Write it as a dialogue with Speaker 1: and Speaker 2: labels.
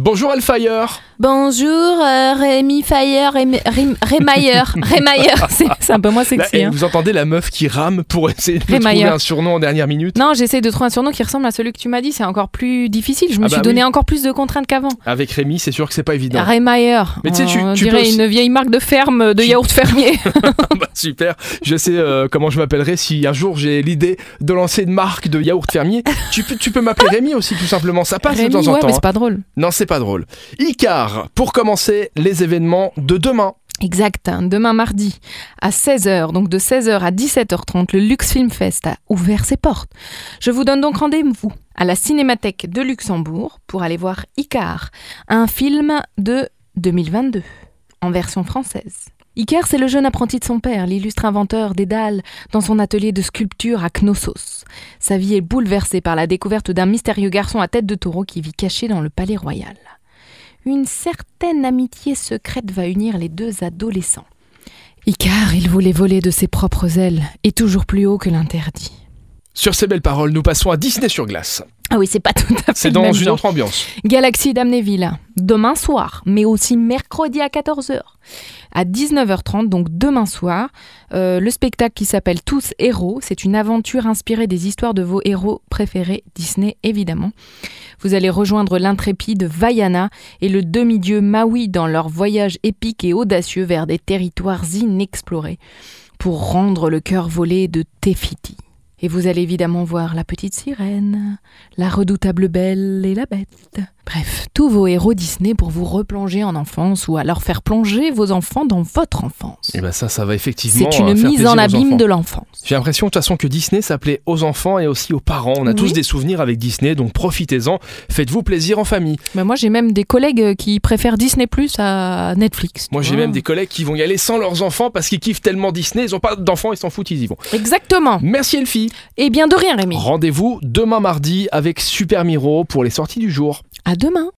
Speaker 1: Bonjour Alfire
Speaker 2: Bonjour euh, Rémi Fire, Rémi- Rém- Rémailleur, Rémailleur, c'est c'est un peu moins
Speaker 1: Là,
Speaker 2: sexy.
Speaker 1: eh,
Speaker 2: hein.
Speaker 1: Vous entendez la meuf qui rame pour essayer de
Speaker 2: Rémailleur.
Speaker 1: trouver un surnom en dernière minute
Speaker 2: Non, j'essaie de trouver un surnom qui ressemble à celui que tu m'as dit, c'est encore plus difficile, je me
Speaker 1: Ah
Speaker 2: suis
Speaker 1: bah
Speaker 2: donné
Speaker 1: oui.
Speaker 2: encore plus de contraintes qu'avant.
Speaker 1: Avec Rémi, c'est sûr que c'est pas évident.
Speaker 2: Rémailleur,
Speaker 1: Mais tu sais, tu-
Speaker 2: on
Speaker 1: tu peux
Speaker 2: dirait
Speaker 1: aussi-
Speaker 2: une vieille marque de ferme, de
Speaker 1: Tu-
Speaker 2: yaourt fermier.
Speaker 1: Bah, super, je sais euh, comment je m'appellerai si un jour j'ai l'idée de lancer une marque de yaourt fermier. tu peux, tu peux m'appeler Rémi aussi tout simplement, ça passe
Speaker 2: Rémi,
Speaker 1: de temps en
Speaker 2: ouais,
Speaker 1: temps.
Speaker 2: mais
Speaker 1: hein.
Speaker 2: c'est pas drôle.
Speaker 1: Non, c'est pas drôle. Icar, pour commencer les événements de demain.
Speaker 2: Exact. hein. Demain mardi à 16h, donc de 16h à 17h30, le Lux Film Fest a ouvert ses portes. Je vous donne donc rendez-vous à la Cinémathèque de Luxembourg pour aller voir Icar, un film de 2022 en version française. Icar, c'est le jeune apprenti de son père, l'illustre inventeur d'Édale, dans son atelier de sculpture à Knossos. Sa vie est bouleversée par la découverte d'un mystérieux garçon à tête de taureau qui vit caché dans le palais royal une certaine amitié secrète va unir les deux adolescents. Icar, il voulait voler de ses propres ailes, et toujours plus haut que l'interdit.
Speaker 1: Sur ces belles paroles, nous passons à Disney sur glace.
Speaker 2: Ah oui, c'est pas tout à fait
Speaker 1: C'est
Speaker 2: le
Speaker 1: dans
Speaker 2: même
Speaker 1: une
Speaker 2: genre.
Speaker 1: autre ambiance.
Speaker 2: Galaxy d'Amnéville, demain soir, mais aussi mercredi à 14h. À 19h30, donc demain soir, euh, le spectacle qui s'appelle Tous Héros, c'est une aventure inspirée des histoires de vos héros préférés, Disney évidemment. Vous allez rejoindre l'intrépide Vaiana et le demi-dieu Maui dans leur voyage épique et audacieux vers des territoires inexplorés pour rendre le cœur volé de Tefiti. Et vous allez évidemment voir la petite sirène, la redoutable belle et la bête. Bref, tous vos héros Disney pour vous replonger en enfance ou alors faire plonger vos enfants dans votre enfance.
Speaker 1: Et ben ça, ça va effectivement.
Speaker 2: C'est
Speaker 1: euh,
Speaker 2: une
Speaker 1: faire
Speaker 2: mise
Speaker 1: plaisir
Speaker 2: en
Speaker 1: aux
Speaker 2: abîme
Speaker 1: enfants.
Speaker 2: de l'enfance.
Speaker 1: J'ai l'impression de toute façon que Disney s'appelait aux enfants et aussi aux parents. On a
Speaker 2: Oui.
Speaker 1: tous des souvenirs avec Disney, donc profitez-en, faites-vous plaisir en famille.
Speaker 2: Mais moi, j'ai même des collègues euh, qui préfèrent Disney Plus à Netflix. tu
Speaker 1: Moi j'ai
Speaker 2: vois.
Speaker 1: même des collègues qui vont y aller sans leurs enfants parce qu'ils kiffent tellement Disney, ils n'ont pas d'enfants, ils s'en foutent, ils y vont.
Speaker 2: Exactement.
Speaker 1: Merci Elfie.
Speaker 2: Et bien de rien, Rémi.
Speaker 1: Rendez-vous demain mardi avec Super Miro pour les sorties du jour.
Speaker 2: À demain.